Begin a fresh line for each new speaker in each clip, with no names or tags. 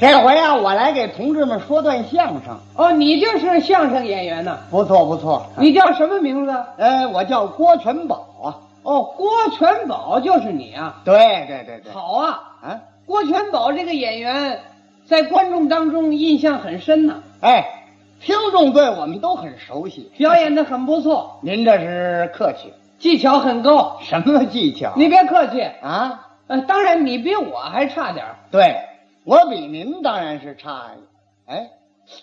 这回啊，我来给同志们说段相声，
哦，你就是相声演员呐？
不错不错。
你叫什么名字？
呃，我叫郭全宝啊。
哦，郭全宝就是你啊！
对对对对。
好啊，
啊，
郭全宝这个演员在观众当中印象很深呐、
哎，听众对我们都很熟悉。
表演的很不错，
您这是客气，
技巧很高。
什么技巧？
你别客气，
啊，
呃，当然你比我还差点儿。
对我比您当然是差呀。哎，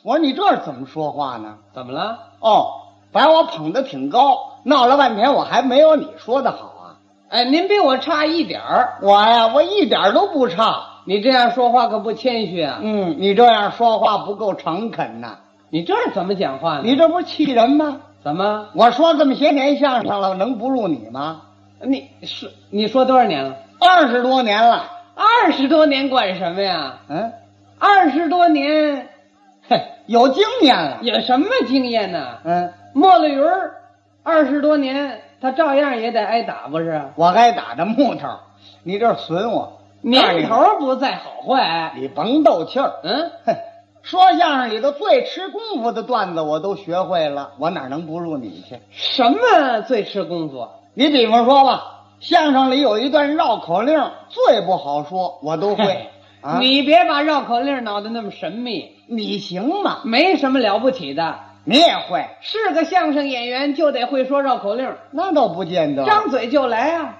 我说你这是怎么说话呢？
怎么了？
哦，把我捧得挺高，闹了半天我还没有你说的好啊。
哎，您比我差一点儿。
我呀，我一点儿都不差。
你这样说话可不谦虚啊！
嗯，你这样说话不够诚恳呐、
你这是怎么讲话呢？
你这不是气人吗？
怎么？
我说这么些年相声了，能不入你吗？
你是你说多少年了？
二十多年了，
二十多年管什么呀？
嗯，
二十多年，嘿，
有经验了，
有什么经验呢？
嗯，
莫了云儿，二十多年，他照样也得挨打，不是？
我该打的木头，你这是损我
年，
告诉
头不在好坏，
你你甭斗气儿。
嗯，
哼，说相声里头最吃功夫的段子我都学会了，我哪能不入你去？
什么最吃功夫？
你比方说吧，相声里有一段绕口令最不好说，我都会
嘿。
啊，
你别把绕口令闹得那么神秘，
你行吗？
没什么了不起的。
你也会？
是个相声演员就得会说绕口令，
那倒不见得。
张嘴就来啊！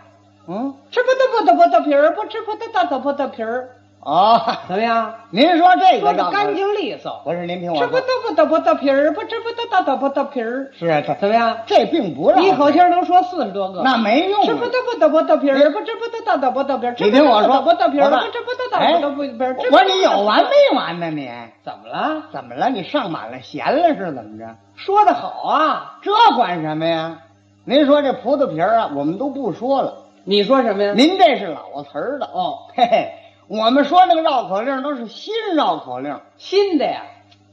嗯，
吃葡萄不吐葡萄皮儿，不吃葡萄倒吐葡萄皮儿，
哦，
怎么样？
您说这个
说
绕
的
口令
干净利索。
不是您听
吃
我
不
说，
得不得不得皮儿，不吃不得倒倒不得皮儿，
是啊，这
怎么样？
这并不让
你一口气儿能说四十多个，
那没用啊。
吃不得不得不得皮儿，不吃不得倒倒不得皮儿，
你听我说，
不得皮
我
儿，
说
不吃不得倒不得不皮儿。
哎我说你有
啊
完没完呢你？
怎么了？
怎么了？你上满了弦了是怎么着？
说的好啊！
这管什么呀？您说这葡萄皮儿啊，我们都不说了。
你说什么呀？
您这是老词儿了，
哦，
嘿嘿，我们说那个绕口令都是新绕口令。
新的呀！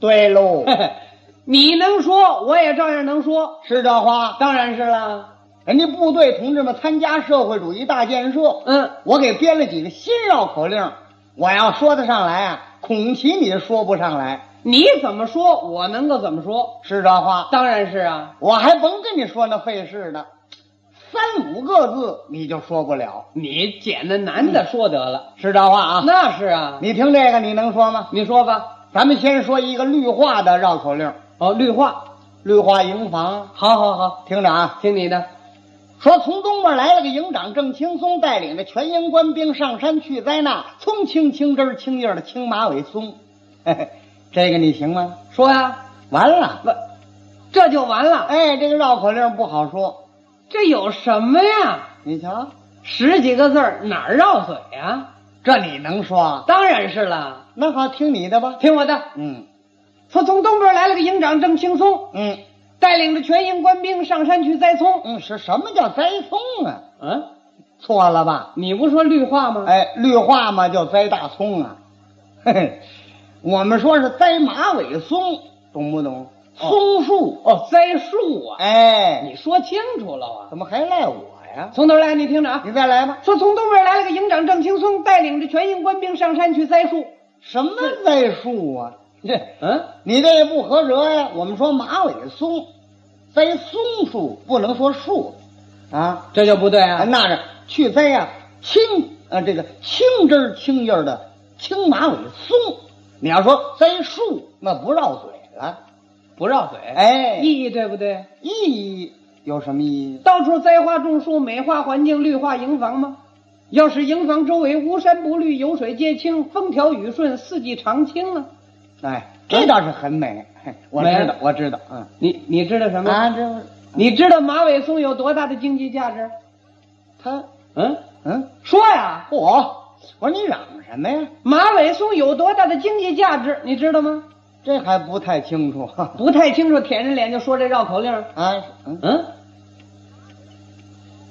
对喽，
你能说，我也照样能说，
是这话。
当然是啦。
人家部队同志们参加社会主义大建设，
嗯，
我给编了几个新绕口令，我要说得上来啊，恐其你说不上来，
你怎么说，我能够怎么说，
是这话。
当然是啊。
我还甭跟你说那费事呢，三五个字你就说不了，
你捡那男的说得了，
是这话啊。
那是啊。
你听这个你能说吗？
你说吧。
咱们先说一个绿化的绕口令，
哦，绿化，
绿化营房，
好好好，
听着啊，
听你的。
说从东边来了个营长郑青松，带领着全营官兵上山去灾难。葱青青枝儿青叶儿的青马尾松，嘿嘿，这个你行吗？
说呀，
完了，
不，这就完了。
哎，这个绕口令不好说，
这有什么呀？
你瞧，
十几个字儿哪儿绕嘴呀？
这你能说？
当然是了。
那好，听你的吧。
听我的，
嗯
说从东边来了个营长郑青松，
嗯
带领着全营官兵上山去栽葱。
嗯，是什么叫栽葱啊？
嗯，
错了吧？
你不说绿化吗？
哎，绿化嘛叫栽大葱啊，嘿嘿，我们说是栽马尾松，懂不懂？松树，
哦，栽树啊！
哎，
你说清楚了啊。
怎么还赖我呀？
从头来，你听着啊。
你再来吧。
说从东边来了个营长郑青松，带领着全营官兵上山去栽树。
什么栽树啊？这
嗯，
你这也不合辙呀、我们说马尾松，栽松树不能说树，啊，
这就不对
啊
啊。
那是去栽呀、青啊这个青枝儿青叶儿的青马尾松。你要说栽树，那不绕嘴了。
不绕嘴。
哎，意
意义对不对？
意义有什么意义？
到处栽花种树，美化环境，绿化营房吗？要使营房周围无山不绿，有水皆清，风调雨顺，四季常青啊！
哎，这倒是很美。嘿我知道
美，
我知道，嗯
你你知道什么？
啊，这
你知道马尾松有多大的经济价值？
他
嗯，
嗯，
说呀，
嚯！我说你嚷什么呀？
马尾松有多大的经济价值？你知道吗？
这还不太清楚
不太清楚，舔着脸就说这绕口令儿。
啊。嗯，
嗯，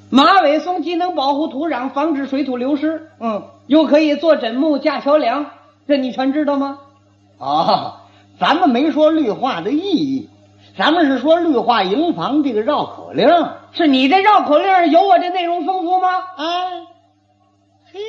马尾松既能保护土壤，防止水土流失，
嗯，
又可以做枕木、架桥梁，这你全知道吗？
哦，咱们没说绿化的意义，咱们是说绿化营房这个绕口令。
是你这绕口令儿有我这内容丰富吗？
啊哎，嘿，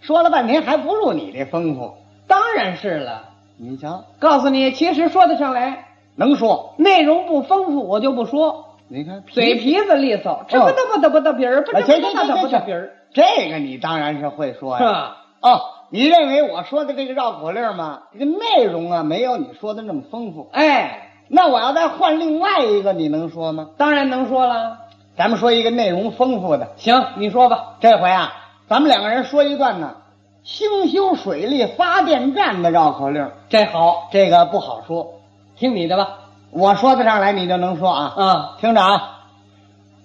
说了半天还不如你这丰富。
当然是了。
你瞧，
告诉你，其实说得上来，
能说？
内容不丰富，我就不说。
你看皮
嘴皮子利
哦
索，这不得不得不得皮儿，不
哎
得
行
不
行
得
行
不
行
得
行
皮儿，
这个你当然是会说
是
呀。
吧？
哦，你认为我说的这个绕口令吗？这个内容啊，没有你说的那么丰富。
哎，
那我要再换另外一个，你能说吗？
当然能说了。
咱们说一个内容丰富的。
行，你说吧。
这回啊，咱们两个人说一段呢，兴修水利发电站的绕口令。
这好，
这个不好说，
听你的吧。
我说得上来，你就能说啊。
啊，
听着啊，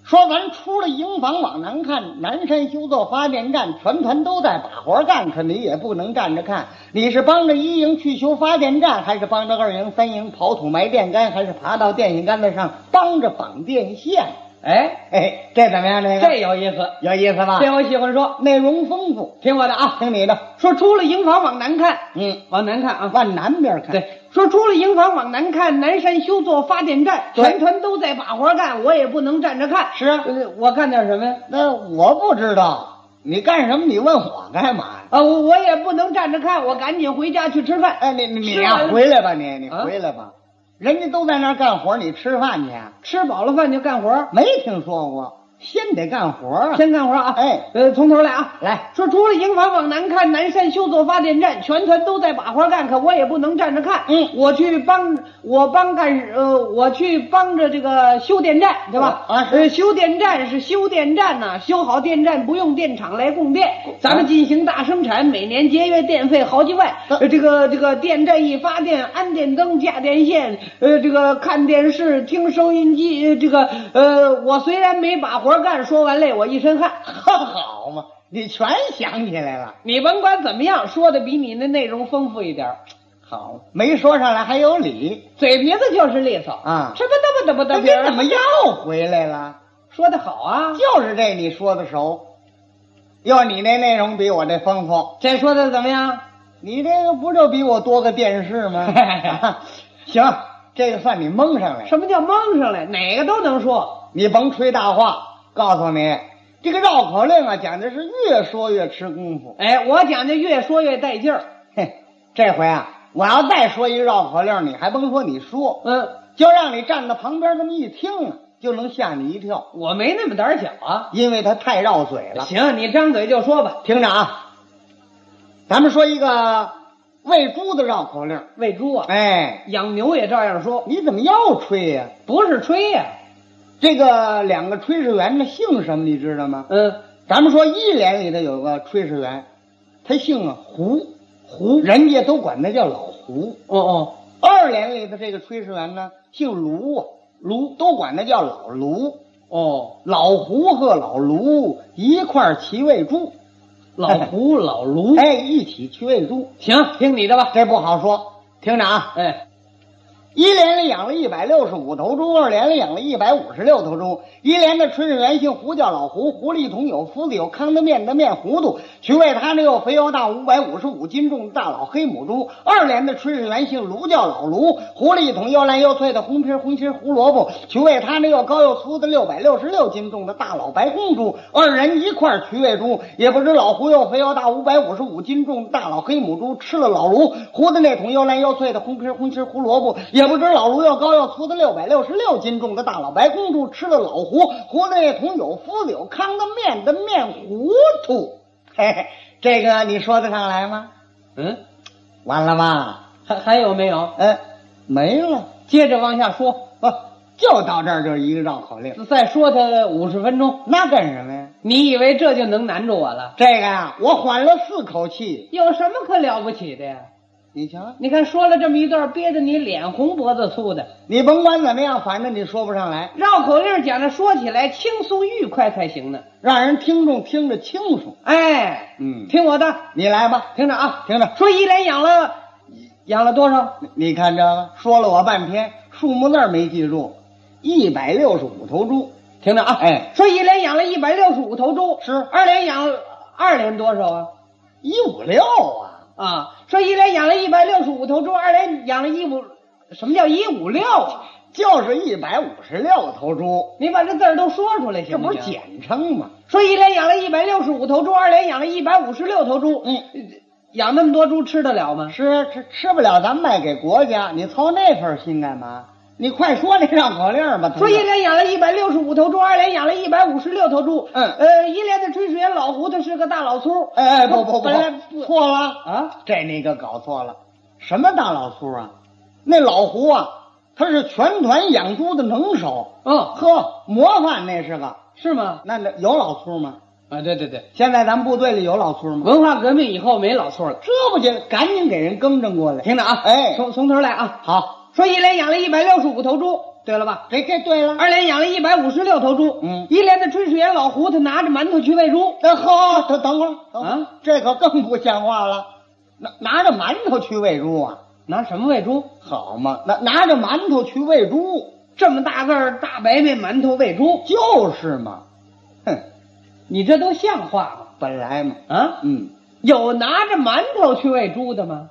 说咱出了营房往南看，南山修造发电站，全团都在把活干，可你也不能站着看。你是帮着一营去修发电站，还是帮着二营、三营刨土埋电杆，还是爬到电线杆子上帮着绑电线？
哎，
哎，这怎么样？这个
这有意思，
有意思吧？
这我喜欢说。
内容丰富，
听我的啊，
听你的。
说出了营房往南看，
嗯，
往南看啊。
往南边看。，
对，说出了营房往南看，南山修座发电站，
对
全团都在把活干，我也不能站着看。
是啊。
呃我干点什么呀？
那我不知道你干什么，你问我干嘛呀？
啊，我我也不能站着看，我赶紧回家去吃饭。呃
哎，你你你
吃
呀、
完了
回来吧，你你
啊
回来吧，人家都在那儿干活，你吃饭去啊？
吃饱了饭就干活，
没听说过，先得干活啊！
先干活啊。
哎，
呃，从头来啊。
来，
说除了营房往南看，南山修座发电站，全团都在把活干，可我也不能站着看。
嗯
我去帮，我帮干，呃，我去帮着这个修电站，对吧？
啊是
呃，修电站是修电站呐、修好电站不用电厂来供电，
哦
咱们进行大生产，每年节约电费好几万。
啊
呃，这个这个电站一发电，安电灯、架电线，呃，这个看电视、听收音机，呃这个呃，我虽然没把活干，说完累我一身汗。
好嘛，你全想起来了，
你甭管怎么样，说的比你那内容丰富一点儿，
好，没说上来还有理，
嘴皮子就是利索
啊
这不嘚不嘚不
那
嘚
你
别人
怎么又回来了？
啊说的好啊？
就是这你说的熟，要你那内容比我这丰富，
这说的怎么样？
你这个不就比我多个电视吗？ 行，这个算你蒙上来了。
什么叫蒙上来？哪个都能说。
你甭吹大话，告诉你，这个绕口令啊，讲的是越说越吃功夫。
哎，我讲的越说越带劲儿。
嘿，这回啊，我要再说一绕口令，你还甭说你说，
嗯，
就让你站在旁边这么一听啊，就能吓你一跳，
我没那么胆儿小啊。
因为它太绕嘴了。
行，你张嘴就说吧。
听着啊，咱们说一个喂猪的绕口令。
喂猪啊，
哎，
养牛也照样说，
你怎么又吹呀、
不是吹呀、
这个两个炊事员的姓什么，你知道吗？
嗯，
咱们说一连里头有个炊事员，他姓啊胡胡，人家都管他叫老胡。
哦哦，
二连里头这个炊事员呢，姓卢啊，卢都管他叫老卢。
哦，
老胡和老卢一块儿去喂猪，
老胡老卢。
哎，一起去喂猪，
行，听你的吧。
这不好说。听着啊，
哎，
一连里养了一百六十五头猪，二连里养了一百五十六头猪。一连的炊事员姓胡，叫老胡，胡了一桶有麸子，有糠的面的面糊涂，去喂他那又肥又大五百五十五斤重的大老黑母猪。二连的炊事员姓卢，叫老卢，胡了一桶又烂又脆的红皮儿红心儿胡萝卜，去喂他那又高又粗的六百六十六斤重的大老白公猪。二人一块儿去喂猪，也不知老胡又肥又大五百五十五斤重的大老黑母猪吃了老卢胡的那桶又烂又脆的红皮儿红心儿胡萝卜，也不知老卢又高又粗的六百六十六斤重的大老白公猪吃了老胡胡的那桶有麸子有糠的面的面糊涂。 嘿嘿，这个你说得上来吗？
嗯，
完了吧？
还还有没有？
呃，没了，
接着往下说。
不、就到这儿就是一个绕口令，
再说他五十分钟，
那干什么呀？
你以为这就能难住我了？
这个呀、我缓了四口气，
有什么可了不起的呀？
你瞧，啊
你看说了这么一段，憋得你脸红脖子粗的。
你甭管怎么样，反正你说不上来，
绕口令讲的说起来轻松愉快才行呢。
让人听众听着清楚。
哎，
嗯，
听我的，
你来吧，
听着啊，
听着，
说一连养了养了多少？
你你看这个，说了我半天，数目字儿没记住，一百六十五头猪，
听着啊，
哎，
说一连养了一百六十五头猪，
是
二连养二连多少啊？
一五六啊，
啊，说一连养了一百六十五头猪，二连养了一五，什么叫一五六啊？
就是一百五十六头猪，
你把这字儿都说出来行
这不
不
是
行？
简称吗？
说一连养了一百六十五头猪，二连养了一百五十六头猪。
嗯，
养那么多猪吃得了吗？
吃吃吃不了，咱卖给国家，你操那份心干嘛？你快说那绕口令儿吧，
说
同志
一连养了一百六十五头猪，二连养了一百五十六头猪。
嗯
呃，一连的炊事员老胡他是个大老粗。
哎哎不不不，
本来不
错了啊！这你可搞错了，什么大老粗啊？那老胡啊，他是全团养猪的能手，
哦，
呵，模范那是个。
是吗？
那那有老粗吗？
啊，对对对，
现在咱们部队里有老粗吗？
文化革命以后没老粗了。
这不就赶紧给人更正过来？
听着啊，
哎
从从头来啊。
好，
说一连养了一百六十五头猪，对了吧？
这这对了。
二连养了一百五十六头猪。
嗯
一连的炊事员老胡他拿着馒头去喂猪。
那哎呵，等等会儿，等会儿
啊，
这可更不像话了。拿拿着馒头去喂猪啊？
拿什么喂猪？
好嘛，拿拿着馒头去喂猪，
这么大个儿大白面馒头喂猪，
就是嘛。哼，
你这都像话吗？
本来嘛，
啊，
嗯。
有拿着馒头去喂猪的吗？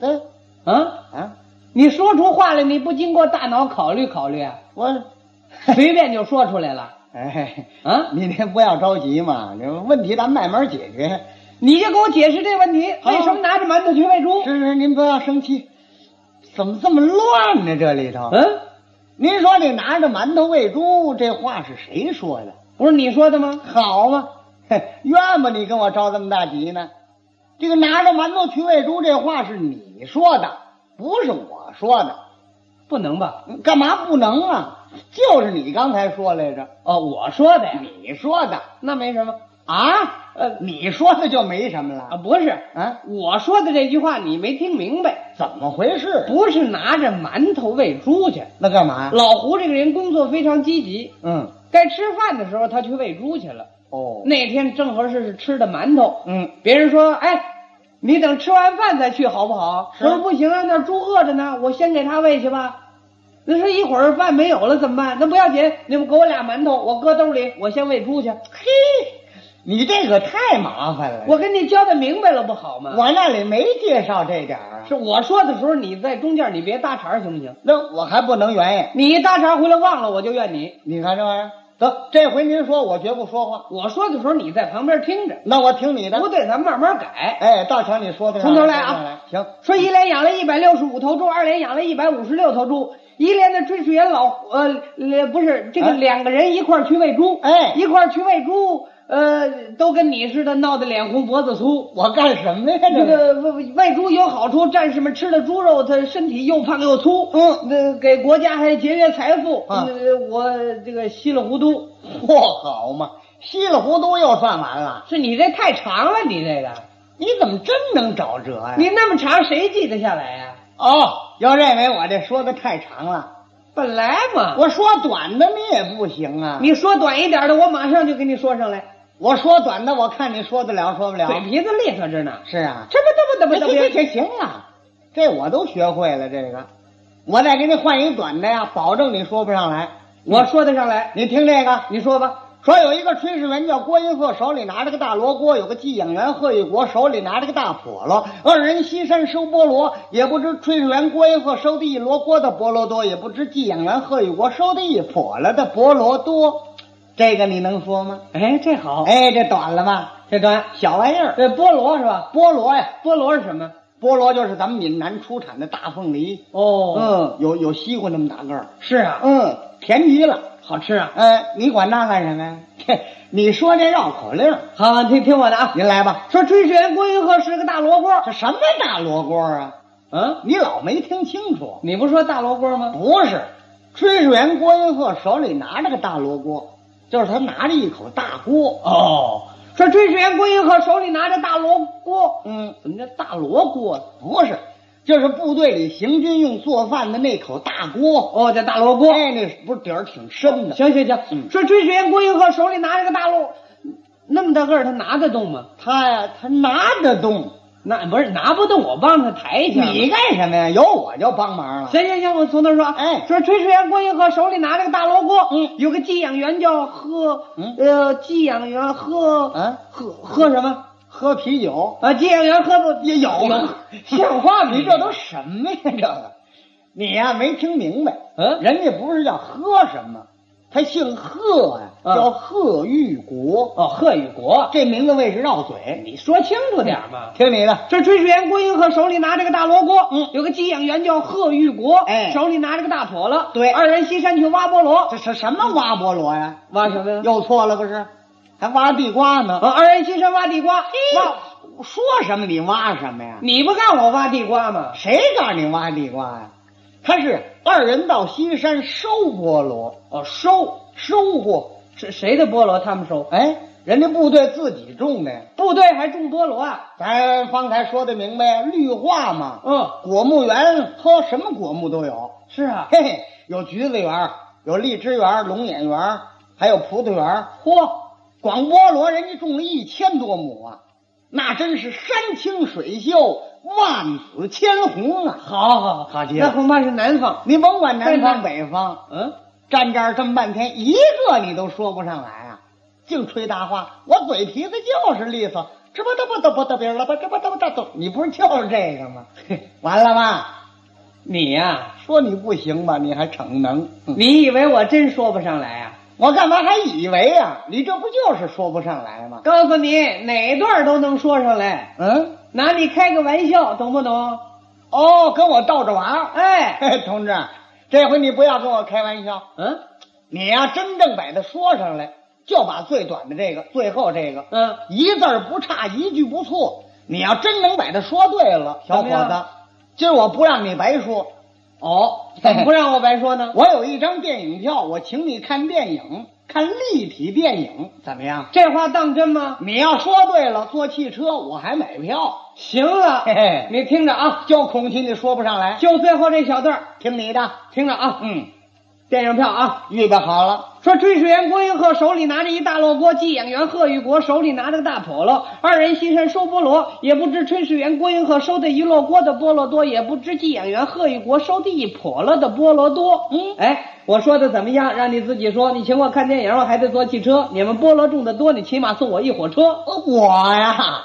对
啊，
哎啊，
你说出话来，你不经过大脑考虑考虑 啊，
我，
随便就说出来了
哎，
啊？
你这不要着急嘛，这问题咱慢慢解决。
你就给我解释这问题，为什么拿着馒头去喂猪？
是是，您不要生气，怎么这么乱呢？这里头，
嗯，
您说这拿着馒头喂猪，这话是谁说的？
不是你说的吗？
好嘛，嘿怨吧你跟我着这么大急呢？这个拿着馒头去喂猪这话是你说的，不是我说的，
不能吧？
嗯干嘛不能啊？就是你刚才说来着，
哦，我说的呀，
你说的
那没什么
啊？
呃
你说的就没什么了
啊，不是，
啊，
我说的这句话你没听明白，
怎么回事？
不是拿着馒头喂猪去。
那干嘛？
老胡这个人工作非常积极，
嗯，
该吃饭的时候他去喂猪去了。
哦，
那天正合适是吃的馒头，
嗯，
别人说：“哎，你等吃完饭再去好不好？”
是
我说：“不行啊，那猪饿着呢，我先给它喂去吧。”那说一会儿饭没有了怎么办？那不要紧，你们给我俩馒头，我搁兜里，我先喂猪去。
嘿，你这个太麻烦了。
我跟你交代明白了不好吗？
我那里没介绍这点儿啊，
是我说的时候，你在中间，你别搭茬行不行？
那我还不能原谅。
你一搭茬回来忘了，我就怨你。
你看这玩意儿，走，这回您说我绝不说话，
我说的时候你在旁边听着，
那我听你的
不。对咱慢慢改。
哎，大强，你说的
从头来啊
行，
说一连养了一百六十五头猪，二连养了一百五十六头猪，一连的炊事员老呃呃不是这个
哎
两个人一块儿去喂猪，
哎
一块儿去喂猪，呃，都跟你似的闹得脸红脖子粗。
我干什么呀？
这
这个
个喂喂猪有好处，战士们吃了猪肉，他身体又胖又粗，
嗯
那给国家还节约财富。
啊
呃我这个稀里糊涂，
嚯，好嘛，稀里糊涂又算完了，
是你这太长了，你这个，
你怎么真能找辙呀、
你那么长谁记得下来呀、
哦，要认为我这说的太长了，
本来嘛，
我说短的你也不行啊。
啊你说短一点的，我马上就给你说上来。
我说短的，我看你说得了说不了。
嘴皮子利索着呢。
是啊，
这不这不
这这
这不
这
这不，
这行了，这我都学会了这个。我再给你换一短的呀，保证你说不上来。
我说得上来，
你听这个，
你说吧。
说有一个炊事员叫郭英鹤，手里拿着个大罗锅；有个寄养员贺玉国，手里拿着个大笸箩。二人西山收菠萝，也不知炊事员郭英鹤收的一箩锅的菠萝多，也不知寄养员贺玉国收的一笸箩的菠萝多。这个你能说吗？
哎，这好，
哎，这短了吧？
这端
小玩意儿，
这菠萝是吧？
菠萝呀。
菠萝是什么？
菠萝就是咱们闽南出产的大凤梨，
哦，
嗯，有有西瓜那么大个儿，
嗯，是啊，
嗯，甜极了。
好吃啊。
呃，你管那干什么呀？ 嘿你说这绕口令儿，
好，听听我的啊。
您来吧。
说炊事员郭云鹤是个大罗锅，
这什么大罗锅啊？
嗯，
你老没听清楚？
你不说大罗锅吗？
不是，炊事员郭云鹤手里拿着个大罗锅，就是他拿着一口大锅。
哦，说炊事员郭云鹤手里拿着大罗锅，
嗯，
怎么叫大罗锅？
不是，就是部队里行军用做饭的那口大锅。
哦，叫大罗锅。
哎，那不是底儿挺深的，
行行行，
嗯
说炊事员郭云鹤手里拿着个大罗，那么大个儿，他拿得动吗？
他呀，他拿得动。
那不是拿不动，我帮他抬一下。
你干什么呀？有我就帮忙了。
行行行，我从头说。
哎
说炊事员郭英和手里拿着个大罗锅，
嗯
有个寄养员叫贺，
嗯
呃，寄养员贺，
啊，
贺贺什么？
喝啤酒
啊，寄养员贺不
也有
有
啊，
像话吗？
你这都什么呀？ 这个，你呀、没听明白。
嗯
人家不是叫喝什么，他姓贺呀、
啊
叫贺玉国。
哦，贺与国，
这名字为什么绕嘴？
你说清楚点嘛。
听你的，
这炊事员郭英鹤手里拿着个大罗锅，
嗯
有个给养员叫贺玉国，
哎
手里拿着个大笸箩，
对
二人西山去挖菠萝
这，是什么挖菠萝呀？
挖什么呀？
又错了不是？还挖地瓜呢？
啊，二人西山挖地瓜，挖，
挖说什么你挖什么呀？
你不干我挖地瓜吗？
谁告诉你挖地瓜呀、他是二人到西山收菠萝，
哦，收
收获。
谁谁的菠萝他们收？
哎，人家部队自己种的呀。
部队还种菠萝啊？
咱方才说的明白，绿化嘛，
嗯，
果木园呵，什么果木都有，
是啊，
嘿嘿，有橘子园，有荔枝园、龙眼园，还有葡萄园。嚯，广菠萝人家种了一千多亩啊，那真是山清水秀，万紫千红啊！
好好好，
好极了
那恐怕是南方，
你甭管南
但
方
是
北方，
嗯，
站这儿这么半天，一个你都说不上来啊，净吹大话。我嘴皮子就是利索，这不这不这不这边了吧，这不这不这不，你不是就是这个吗？
嘿
完了吧？
你呀、
说你不行吧，你还逞能。嗯
你以为我真说不上来啊？
我干嘛还以为啊？你这不就是说不上来吗？
告诉你，哪段儿都能说上来，
嗯，
拿你开个玩笑，懂不懂？
哦，跟我逗着玩儿。
哎，
哎，同志，这回你不要跟我开玩笑，
嗯
你呀、真正把它说上来，就把最短的这个，最后这个，
嗯，
一字儿不差，一句不错。你要真能把它说对了，小
怎
伙
么
子
样，
今儿我不让你白说。
哦， 怎么不让我白说呢？
我有一张电影票，我请你看电影，看立体电影，怎么样？
这话当真吗？
你要说对了，坐汽车我还买票，
行了
嘿嘿，
你听着啊，
就恐惧你说不上来。
就最后这小段儿，
听你的，
听着啊，
嗯，
电影票啊。
预备好了，
说炊事员郭英鹤手里拿着一大箩锅，寄养员贺玉国手里拿着个大笸箩，二人西山收菠萝，也不知炊事员郭英鹤收的一箩锅的菠萝多，也不知寄养员贺玉国收的一笸箩的菠萝多。
嗯
哎，我说的怎么样？让你自己说。你请我看电影，我还得坐汽车。你们菠萝种的多，你起码送我一火车。
我呀，